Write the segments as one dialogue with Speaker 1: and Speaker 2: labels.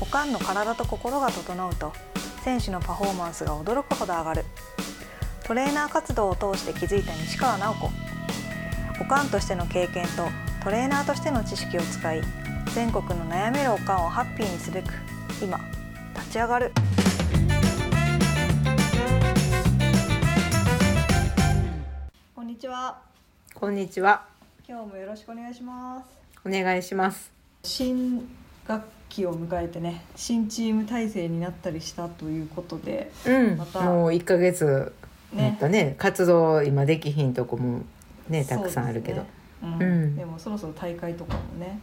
Speaker 1: おかんの体と心が整うと選手のパフォーマンスが驚くほど上がるトレーナー活動を通して気づいた西川直子おかんとしての経験とトレーナーとしての知識を使い全国の悩めるおかんをハッピーにすべく今立ち上がるこんにちは
Speaker 2: こんにちは。
Speaker 1: 今日もよろしくお願いします
Speaker 2: お願いします。
Speaker 1: 新学期を迎えてね新チーム体制になったりしたということで
Speaker 2: うん。
Speaker 1: また
Speaker 2: もう一ヶ月や
Speaker 1: ね
Speaker 2: ったね。活動今できひんとこもねたくさんあるけ
Speaker 1: そ
Speaker 2: ど。
Speaker 1: うですね、
Speaker 2: うん
Speaker 1: でもそろそろ大会とかもね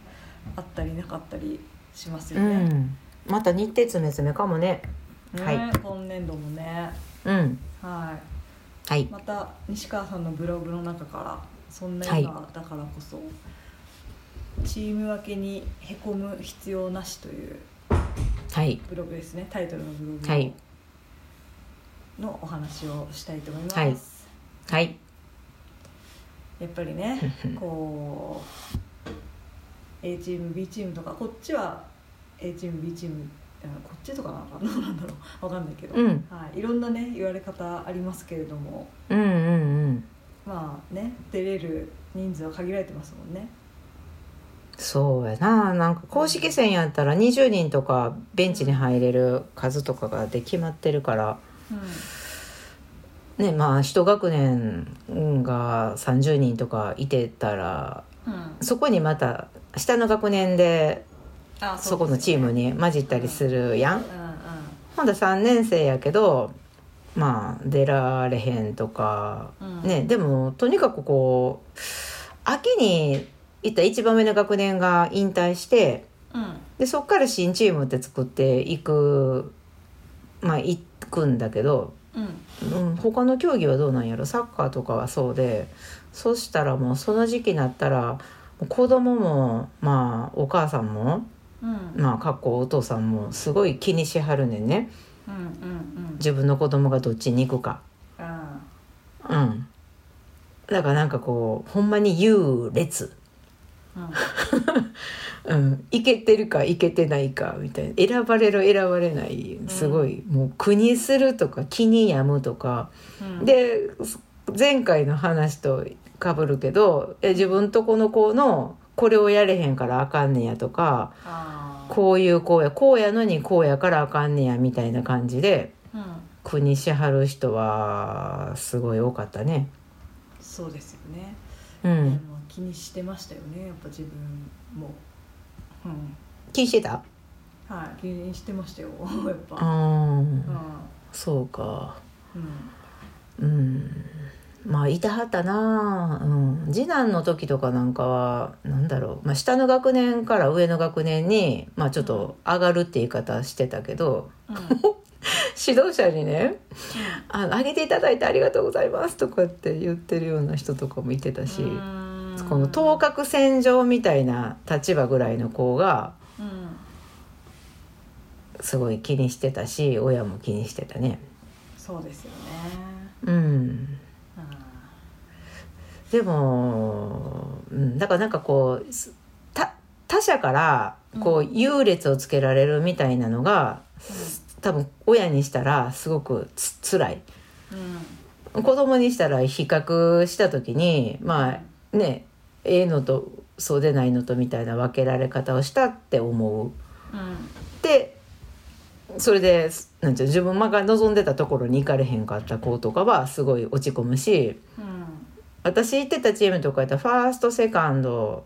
Speaker 1: あったりなかったりします
Speaker 2: う
Speaker 1: よね,、
Speaker 2: ん。また日程詰め詰めかもね。
Speaker 1: ね
Speaker 2: はい
Speaker 1: 今年度もね
Speaker 2: うん。
Speaker 1: は
Speaker 2: はい
Speaker 1: い。また西川さんのブログの中からそんな今だからこそ、チーム分けにへこむ必要なしという
Speaker 2: はい。
Speaker 1: ブログですねタイトルのブログ
Speaker 2: はい
Speaker 1: のお話をしたいと思います、
Speaker 2: はいはい。
Speaker 1: やっぱり ねこう A チーム B チームとかこっちは A チーム B チームあこっちとかなのかな どうなんだろうわかんないけど、
Speaker 2: うん
Speaker 1: はい、いろんなね言われ方ありますけれども
Speaker 2: うんうんうん。
Speaker 1: まあね出れる人数は限られてますもんね
Speaker 2: そうやな。なんか公式戦やったら20人とかベンチに入れる数とかがで決まってるから。ねまあ一学年が30人とかいてたら
Speaker 1: うん、
Speaker 2: そこにまた下の学年で
Speaker 1: あ
Speaker 2: そこのチーム
Speaker 1: に
Speaker 2: に混じったりするや
Speaker 1: う
Speaker 2: ん
Speaker 1: んうん
Speaker 2: ほんだ3年生やけどまあ出られへんとか
Speaker 1: うん
Speaker 2: ねでもとにかくこう秋に行った一番上の学年が引退して
Speaker 1: うん
Speaker 2: でそっから新チームって作っていくまあ行くんだけど、
Speaker 1: うん
Speaker 2: うん、他の競技はどうなんやろサッカーとかはそうでそしたらもうその時期になったら子供もまあお母さんも
Speaker 1: うん
Speaker 2: まあかっこお父さんもすごい気にしはるねんね
Speaker 1: うんうん
Speaker 2: 自分の子供がどっちに行くか
Speaker 1: あ
Speaker 2: うんだからなんかこうほんまに優劣
Speaker 1: ーうん
Speaker 2: うんいけてるかいけてないかみたいな選ばれる選ばれないすごい、もう苦にするとか気に病むとか、
Speaker 1: うん
Speaker 2: で前回の話とかぶるけどえ自分とこの子のこれをやれへんからあかんねやとか
Speaker 1: あー
Speaker 2: こういうこうやこうやのにこうやからあかんねやみたいな感じで
Speaker 1: うん
Speaker 2: 国しはる人はすごい多かったね。
Speaker 1: そうですよね
Speaker 2: う
Speaker 1: あの
Speaker 2: ん、
Speaker 1: 気にしてましたよねやっぱ自分も、うん、
Speaker 2: 聞いてた。
Speaker 1: はい気にしてましたよ やっぱ、
Speaker 2: あ
Speaker 1: う
Speaker 2: あ、
Speaker 1: ん
Speaker 2: そうか。
Speaker 1: うん、
Speaker 2: うん。まあいてはったな。うん。次男の時とかなんかはなんだろう。まあ下の学年から上の学年にまあちょっと上がるって言い方してたけど、
Speaker 1: うん
Speaker 2: 指導者にね、あの上げていただいてありがとうございますとかって言ってるような人とかもいてたし。
Speaker 1: うん
Speaker 2: この頭角線上みたいな立場ぐらいの子が
Speaker 1: うん
Speaker 2: すごい気にしてたし親も気にしてたね
Speaker 1: そうですよね、
Speaker 2: うん
Speaker 1: うん、
Speaker 2: でも、うん、だからなんかこうす他他者からこう優劣をつけられるみたいなのが、多分親にしたらすごくつ辛い
Speaker 1: うん
Speaker 2: 子供にしたら比較した時にまあねええのとそうでないのとみたいな分けられ方をしたって思う。
Speaker 1: うん
Speaker 2: でそれでなんていうの自分が望んでたところに行かれへんかった子とかはすごい落ち込むし
Speaker 1: うん
Speaker 2: 私行ってたチームとかやったらファーストセカンド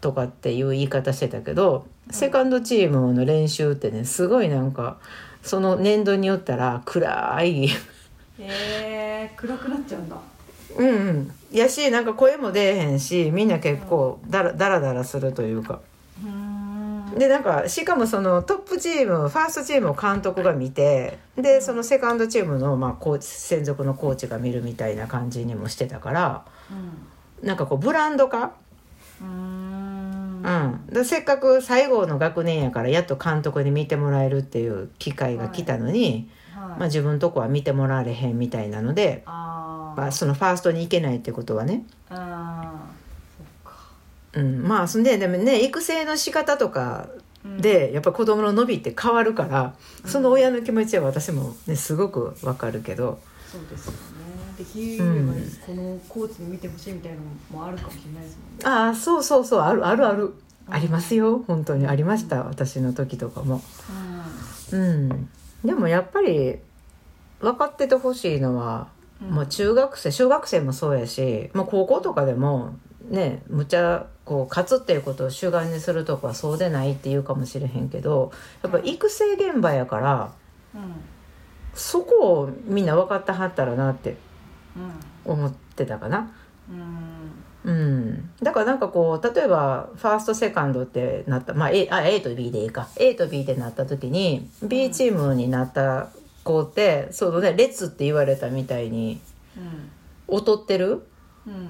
Speaker 2: とかっていう言い方してたけど、セカンドチームの練習ってねすごいなんかその年度によったら暗い
Speaker 1: えー、暗くなっちゃうんだ
Speaker 2: うんうんやしなんか声も出えへんしみんな結構だらだらだらするというか。
Speaker 1: うん
Speaker 2: でなんかしかもそのトップチームファーストチームを監督が見てでそのセカンドチームの、まあ、コーチ専属のコーチが見るみたいな感じにもしてたからなんかこうブランド化、
Speaker 1: うん
Speaker 2: うん、でせっかく最後の学年やからやっと監督に見てもらえるっていう機会が来たのに、
Speaker 1: はい
Speaker 2: まあ、自分とこは見てもらわれへんみたいなので、
Speaker 1: あ
Speaker 2: まあ、
Speaker 1: ー
Speaker 2: そのファーストに行けないってことはね。
Speaker 1: あーそっか
Speaker 2: うん、まあそんででもね育成の仕方とかでやっぱ子供の伸びって変わるから
Speaker 1: うん
Speaker 2: その親の気持ちは私も、ね、すごくわかるけど
Speaker 1: そうですよねできればこのコーチに見てほしいみたいなのもあるかもしれないですもんね
Speaker 2: ああそうそうそうあるあるあるありますよ本当にありました私の時とかも。うん、でもやっぱり分かっててほしいのは、
Speaker 1: うん
Speaker 2: もう中学生小学生もそうやし、まあ、高校とかでもねむちゃこう勝つっていうことを主眼にするとかそうでないっていうかもしれへんけどやっぱ育成現場やから
Speaker 1: う
Speaker 2: そこをみんな分かってはったらなって
Speaker 1: んうん
Speaker 2: 思ってたかな。
Speaker 1: うん
Speaker 2: うん、だからなんかこう例えばファーストセカンドってなった、まあ、A, あ A と B でいいか A と B でなった時に B チームになった子って、そのね列って言われたみたいに
Speaker 1: うん
Speaker 2: 劣ってる
Speaker 1: うん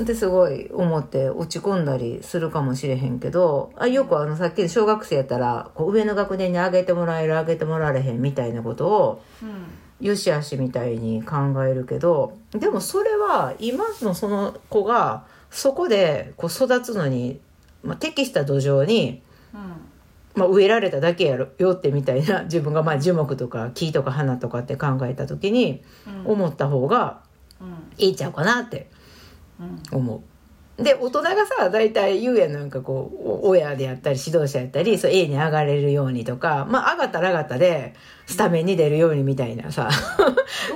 Speaker 2: ってすごい思って落ち込んだりするかもしれへんけどあよくあのさっき小学生やったらこう上の学年に上げてもらえる上げてもらえへんみたいなことを
Speaker 1: うん
Speaker 2: よしあしみたいに考えるけどでもそれは今のその子がそこでこう育つのに、まあ、適した土壌に、
Speaker 1: うん
Speaker 2: まあ、植えられただけやろよってみたいな 自分がまあ樹木とか木とか花とかって考えた時に
Speaker 1: うん
Speaker 2: 思った方が
Speaker 1: うん
Speaker 2: いいんちゃうかなって
Speaker 1: うん
Speaker 2: 思う。で大人がさ大体優やなんかこうお親であったり指導者やったりそう A に上がれるようにとか、まあ、上がったら上がったでスタメンに出るようにみたいなさ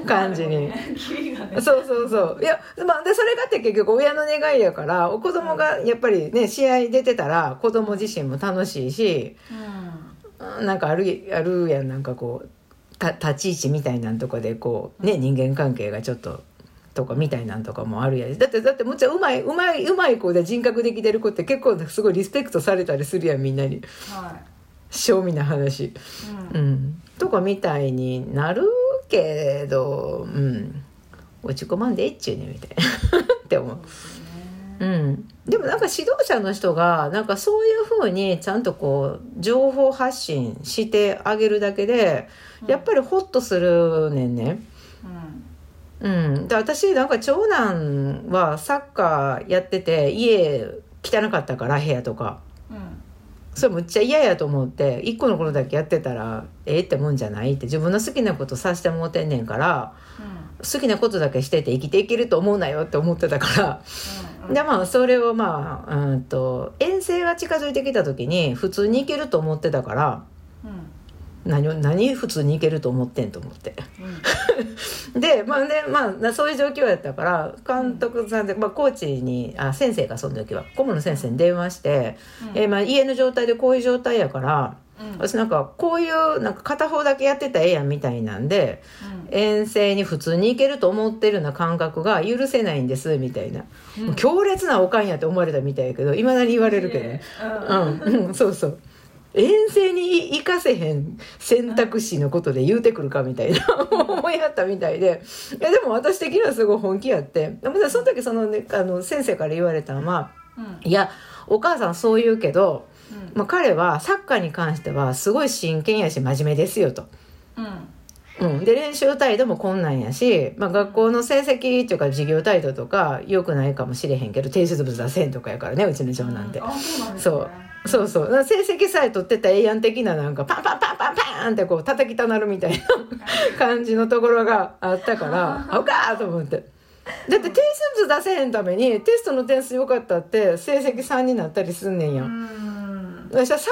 Speaker 2: 感じに。
Speaker 1: キリがね
Speaker 2: そうそうそういや、まあ、でそれがって結局親の願いやからお子供がやっぱりね試合出てたら子供自身も楽しいし
Speaker 1: うん
Speaker 2: うんなんかあるあるやんなんかこうた立ち位置みたいなんとかでこうね人間関係がちょっと。とかみたいなんとかもあるやんだってだってむっちゃうまいうまいうまい子で人格できてる子って結構すごいリスペクトされたりするやんみんなに
Speaker 1: は
Speaker 2: 正味な話。
Speaker 1: いうん
Speaker 2: うん、とかみたいになるけど、うん、落ち込まんでえっちゅうねみたいな って思う。
Speaker 1: そうですよね
Speaker 2: うん、でもなんか指導者の人がなんかそういうふうにちゃんとこう情報発信してあげるだけでやっぱりホッとするねんね。
Speaker 1: うん
Speaker 2: うん、で私なんか長男はサッカーやってて家汚かったから部屋とか
Speaker 1: うん
Speaker 2: それむっちゃ嫌やと思って一個のことだけやってたらええってもんじゃないって自分の好きなことさしてもうてんねんから
Speaker 1: うん
Speaker 2: 好きなことだけしてて生きていけると思うなよって思ってたから。
Speaker 1: うん
Speaker 2: でまあそれをまあうんと遠征が近づいてきた時に普通に行けると思ってたから
Speaker 1: うん
Speaker 2: 何を何普通に行けると思ってんと思って
Speaker 1: うん
Speaker 2: でまあねまあなそういう状況やったから監督さんで、まあ、コーチにあ先生がその時は顧問の先生に電話して、
Speaker 1: うん
Speaker 2: えーまあ、家の状態でこういう状態やから
Speaker 1: うん
Speaker 2: 私なんかこういうなんか片方だけやってたらええやんみたいなんで
Speaker 1: うん
Speaker 2: 遠征に普通に行けると思ってるような感覚が許せないんですみたいな。
Speaker 1: うん
Speaker 2: もう強烈なおかんやって思われたみたいやけどいまだに言われるけどね、うん、うん、そうそう遠征に行かせへん選択肢のことで言うてくるかみた いな思いやったみたいでいやでも私的にはすごい本気やってでもねその時その,、ね、あの先生から言われたのは
Speaker 1: うん
Speaker 2: 「いやお母さんそう言うけど、
Speaker 1: うん
Speaker 2: まあ、彼はサッカーに関してはすごい真剣やし真面目ですよ」と。
Speaker 1: うん
Speaker 2: うん、で練習態度も困難やし、まあ、学校の成績っていうか授業態度とか良くないかもしれへんけど提出物出せんとかやからねうちの長男で
Speaker 1: あそうなんです
Speaker 2: そうそうそうだから成績さえ取ってたらええやん的ななんかパンパンパンパンパンってこう叩きたなるみた いな感じのところがあったからあおかーと思ってだって提出物出せへんためにテストの点数良かったって成績3になったりすんねんやん
Speaker 1: うん
Speaker 2: 私は3が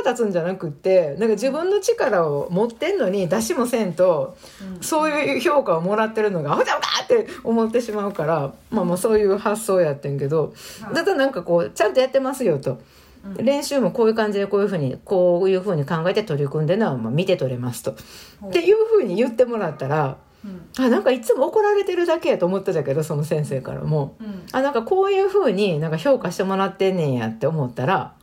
Speaker 2: 腹立つんじゃなくってなんか自分の力を持ってんのに出しもせんと、
Speaker 1: うん
Speaker 2: そういう評価をもらってるのが「ほじゃほじゃ!」って思ってしまうから、まあ、まあそういう発想やってんけど
Speaker 1: はい
Speaker 2: だとなんかこうちゃんとやってますよと。
Speaker 1: うん
Speaker 2: 練習もこういう感じでこういうふうにこういうふうに考えて取り組んでるのはまあ見て取れますと。
Speaker 1: ほう
Speaker 2: っていうふうに言ってもらったら
Speaker 1: うん
Speaker 2: あなんかいつも怒られてるだけやと思ってたけどその先生からも。
Speaker 1: うんうん
Speaker 2: あなんかこういうふうになんか評価してもらってんねんやって思ったら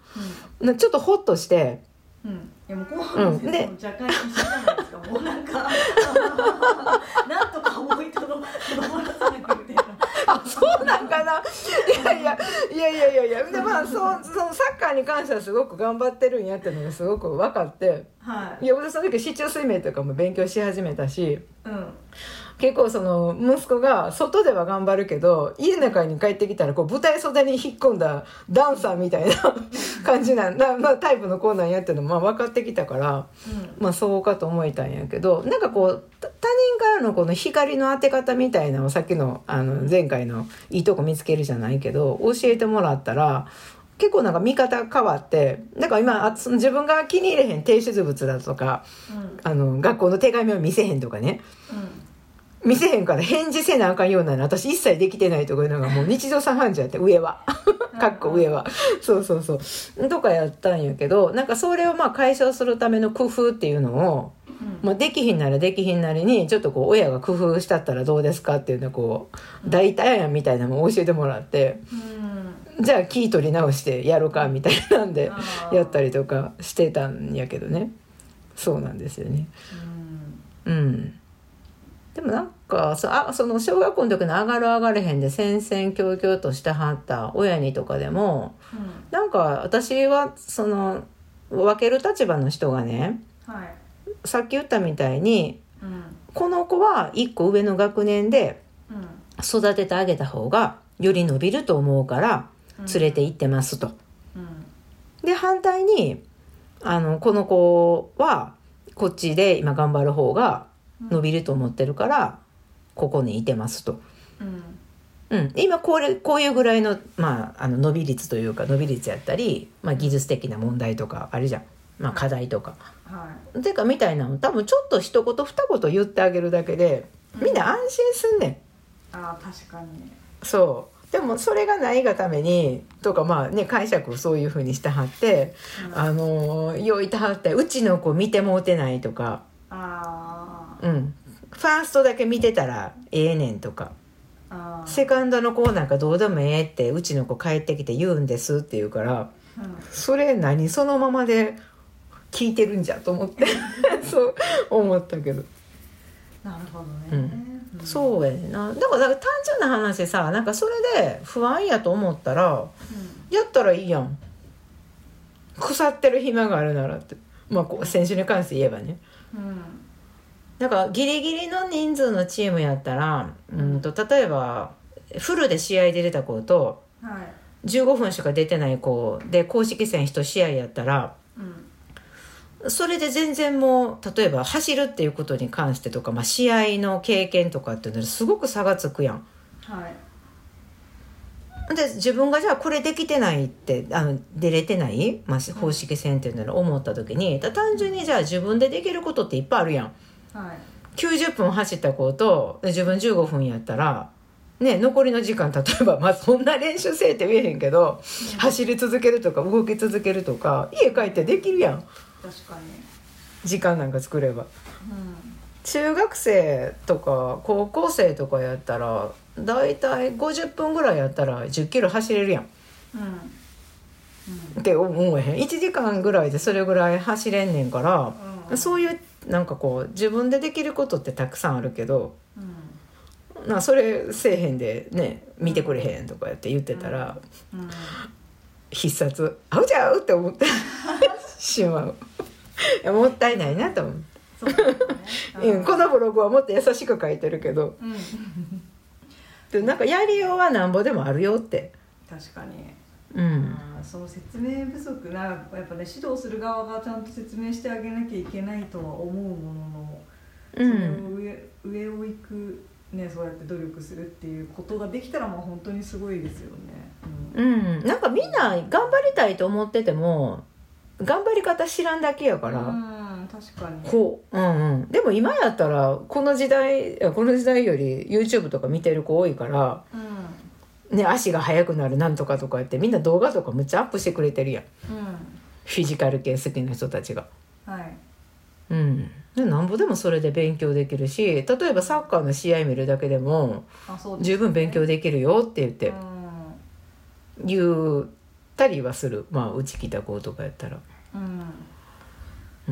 Speaker 2: なちょっとホッとして
Speaker 1: うんいやもう後半
Speaker 2: うんで
Speaker 1: で若干必死じゃないですかもうなんかなんとか思いとどまらさなきゃみたいな
Speaker 2: ああそうなんかないやいやいやいやいやいやでまあそうそのサッカーに関してはすごく頑張ってるんやってのがすごく分かって
Speaker 1: はい
Speaker 2: いや私その時市中水明とかも勉強し始めたし
Speaker 1: うん
Speaker 2: 結構その息子が外では頑張るけど家の中に帰ってきたらこう舞台袖に引っ込んだダンサーみたいな感じなんな、まあ、タイプの子なんやっていうのもまあ分かってきたから。まあそうかと思えたんやけどなんかこうた他人からのこの光の当て方みたいなのをさっきのあの前回のいいとこ見つけるじゃないけど教えてもらったら結構なんか見方変わってなんか今あその自分が気に入れへん提出物だとか
Speaker 1: うんうん
Speaker 2: あの学校の手紙を見せへんとかね見せへんから返事せなあかんようなの私一切できてないとかいうのがもう日常茶飯事やって上はかっこ上はそうそうそうとかやったんやけどなんかそれをまあ解消するための工夫っていうのを
Speaker 1: うん
Speaker 2: まあ、できひんならできひんなりにちょっとこう親が工夫したったらどうですかっていうのをこう代替案みたいなのを教えてもらって
Speaker 1: うん
Speaker 2: じゃあ気取り直してやろうかみたいなんで
Speaker 1: あー
Speaker 2: やったりとかしてたんやけどねそうなんですよね。
Speaker 1: うん
Speaker 2: うんでもなんかそあその小学校の時の上がる上がれへんで戦々恐々としてはった親にとかでも
Speaker 1: うん
Speaker 2: なんか私はその分ける立場の人がね
Speaker 1: はい
Speaker 2: さっき言ったみたいに
Speaker 1: うん
Speaker 2: この子は1個上の学年で
Speaker 1: うん
Speaker 2: 育ててあげた方がより伸びると思うから
Speaker 1: うん
Speaker 2: 連れて行ってますと。
Speaker 1: うん
Speaker 2: で反対にあのこの子はこっちで今頑張る方が伸びると思ってるからここにいてますと。
Speaker 1: うん
Speaker 2: うん、今これこういうぐらいの,、まあ、あの伸び率というか伸び率やったり、まあ、技術的な問題とかあるじゃん、まあ、課題とか。
Speaker 1: は
Speaker 2: てかみたいなの多分ちょっと一言二言言ってあげるだけでみんな安心すんねん。
Speaker 1: いああ確かに
Speaker 2: そうでもそれがないがためにとかまあね解釈をそういうふうにしてはって、
Speaker 1: うん
Speaker 2: あのーよいてはってうちの子見てもうてないとか、
Speaker 1: あー
Speaker 2: うん、ファーストだけ見てたらええねんとか
Speaker 1: あー
Speaker 2: セカンドの子なんかどうでもええってうちの子帰ってきて言うんですって言うから
Speaker 1: うん
Speaker 2: それ何そのままで聞いてるんじゃと思って そう思ったけど。
Speaker 1: なるほどね、
Speaker 2: うん
Speaker 1: ん
Speaker 2: そうやねんなだからだから単純な話さなんかそれで不安やと思ったら
Speaker 1: うん
Speaker 2: やったらいいやん腐ってる暇があるならってまあこう選手に関して言えばね
Speaker 1: うん
Speaker 2: だからギリギリの人数のチームやったらうんと例えばフルで試合で出た子と
Speaker 1: はい
Speaker 2: 15分しか出てない子で公式戦1試合やったら
Speaker 1: うん
Speaker 2: それで全然もう例えば走るっていうことに関してとか、まあ、試合の経験とかっていうのですごく差がつくやん。
Speaker 1: はい
Speaker 2: で自分がじゃあこれできてないってあの出れてない、まあ、方式戦っていうのを思った時にた単純にじゃあ自分でできることっていっぱいあるやん
Speaker 1: はい
Speaker 2: 90分走った子と自分15分やったら、ね、残りの時間例えば、まあ、そんな練習せえって言えへんけど走り続けるとか動き続けるとか家帰ってできるやん
Speaker 1: 確かに
Speaker 2: 時間なんか作れば。
Speaker 1: うん
Speaker 2: 中学生とか高校生とかやったらだいたい50分ぐらいやったら1 0キロ走れるやん。
Speaker 1: うん
Speaker 2: って思えへん1時間ぐらいでそれぐらい走れんねんから、
Speaker 1: うん
Speaker 2: そういうなんかこう自分でできることってたくさんあるけど
Speaker 1: うん
Speaker 2: なそれせえへんでね見てくれへんとかやって言ってたら、
Speaker 1: うんうん
Speaker 2: 必殺「合うじゃう!」って思って しまう。いやもったいないなと思う、
Speaker 1: そうだね
Speaker 2: うん、このブログはもっと優しく書いてるけど
Speaker 1: うん
Speaker 2: でなんかやりようはなんぼでもあるよって
Speaker 1: 確かに
Speaker 2: うん
Speaker 1: あーその説明不足なやっぱね指導する側がちゃんと説明してあげなきゃいけないとは思うものの、
Speaker 2: う
Speaker 1: それを
Speaker 2: ん
Speaker 1: 上上を行くねそうやって努力するっていうことができたらまあ本当にすごいですよね。うん
Speaker 2: うんなんかみんな頑張りたいと思ってても頑張り方知らんだけやから、
Speaker 1: うん確かに。
Speaker 2: こう、うんうん、でも今やったらこの時代いやこの時代より YouTube とか見てる子多いから、
Speaker 1: うん
Speaker 2: ね、足が速くなるなんとかとか言ってみんな動画とかむっちゃアップしてくれてるやん
Speaker 1: うん
Speaker 2: フィジカル系好きな人たちが。
Speaker 1: はい。
Speaker 2: うん、でなんぼでもそれで勉強できるし例えばサッカーの試合見るだけでも
Speaker 1: あそうですね
Speaker 2: 十分勉強できるよって言っ
Speaker 1: う
Speaker 2: て
Speaker 1: ん
Speaker 2: 言ったりはするまあうち来た子とかやったら。
Speaker 1: うん
Speaker 2: う、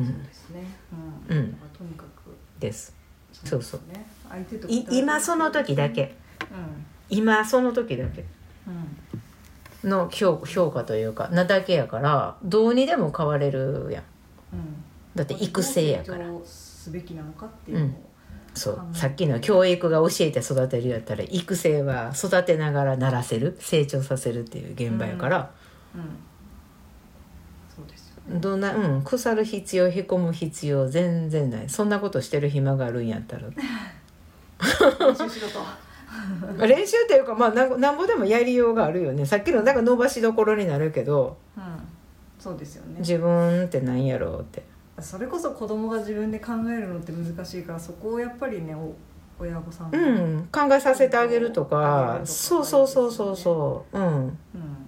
Speaker 1: そうんですね。うん。
Speaker 2: うん
Speaker 1: だからとにかく
Speaker 2: です
Speaker 1: ですね。相手と
Speaker 2: い今その時だ。け
Speaker 1: うん
Speaker 2: 今その時だけ
Speaker 1: うん
Speaker 2: の評評価というかなだけやからどうにでも変われるやん
Speaker 1: うん
Speaker 2: だって育成やから
Speaker 1: どう成長すべきなのかっていうのを
Speaker 2: そう
Speaker 1: あの
Speaker 2: さっきの教育が教えて育てるやったら育成は育てながらならせる成長させるっていう現場やから、
Speaker 1: うんそうですよ
Speaker 2: どんなうん腐る必要へこむ必要全然ないそんなことしてる暇があるんや ったら
Speaker 1: 練習しろと
Speaker 2: 練習っていうかまあなんなんぼでもやりようがあるよねさっきのなんか伸ばしどころになるけど
Speaker 1: うんそうですよね
Speaker 2: 自分ってなんやろうって
Speaker 1: それこそ子供が自分で考えるのって難しいからそこをやっぱりねお親御さんも
Speaker 2: うん考えさせてあげるとか
Speaker 1: うん
Speaker 2: そうそうそうそうそううん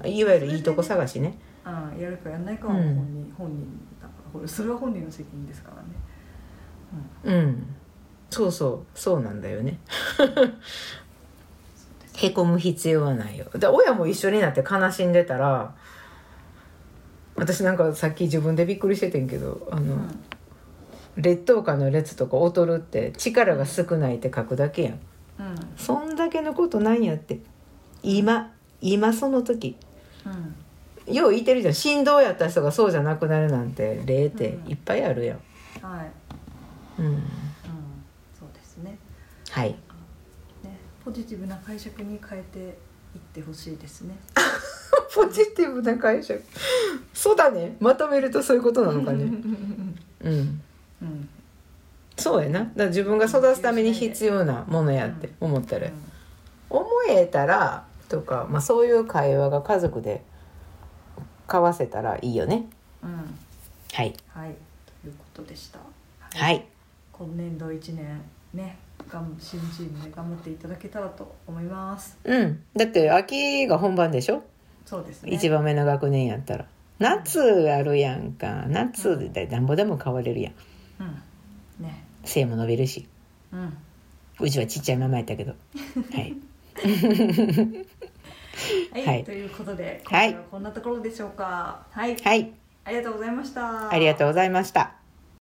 Speaker 1: うん
Speaker 2: いわゆるいいとこ探しね
Speaker 1: あやるかやらないかは
Speaker 2: うん
Speaker 1: 本人、本人だからこれそれは本人の責任ですからね、
Speaker 2: うんそうそうそうなんだよ ねへこむ必要はないよで親も一緒になって悲しんでたら私なんかさっき自分でびっくりしててんけどあの、
Speaker 1: うん
Speaker 2: 劣等感の列とか劣るって力が少ないって書くだけやん
Speaker 1: うん
Speaker 2: そんだけのことなんやって今今その時
Speaker 1: うん
Speaker 2: よう言ってるじゃん振動やった人がそうじゃなくなるなんて例っていっぱいあるやん、
Speaker 1: はい、うん、
Speaker 2: うん、
Speaker 1: そうですね
Speaker 2: はい
Speaker 1: ねポジティブな解釈に変えていってほしいですね
Speaker 2: ポジティブな解釈そうだねまとめるとそういうことなのか
Speaker 1: う
Speaker 2: ね
Speaker 1: ん
Speaker 2: うん
Speaker 1: うんうん
Speaker 2: そうやなだから自分が育つために必要なものやって思ったら、思えたらとか、まあ、そういう会話が家族で交わせたらいいよね
Speaker 1: うん
Speaker 2: はい
Speaker 1: はいということでした
Speaker 2: はい
Speaker 1: 今年度一年ねがん新チームで頑張っていただけたらと思います
Speaker 2: うんだって秋が本番でしょ
Speaker 1: そうですね
Speaker 2: 一番目の学年やったら夏あるやんか夏でなんぼでも変われるやん
Speaker 1: うんね
Speaker 2: 背も伸びるし
Speaker 1: うん
Speaker 2: うちはちっちゃいままやったけどはい
Speaker 1: はい、
Speaker 2: はい
Speaker 1: ということで今
Speaker 2: はい
Speaker 1: 回はこんなところでしょうかはい、
Speaker 2: はい
Speaker 1: ありがとうございました
Speaker 2: ありがとうございました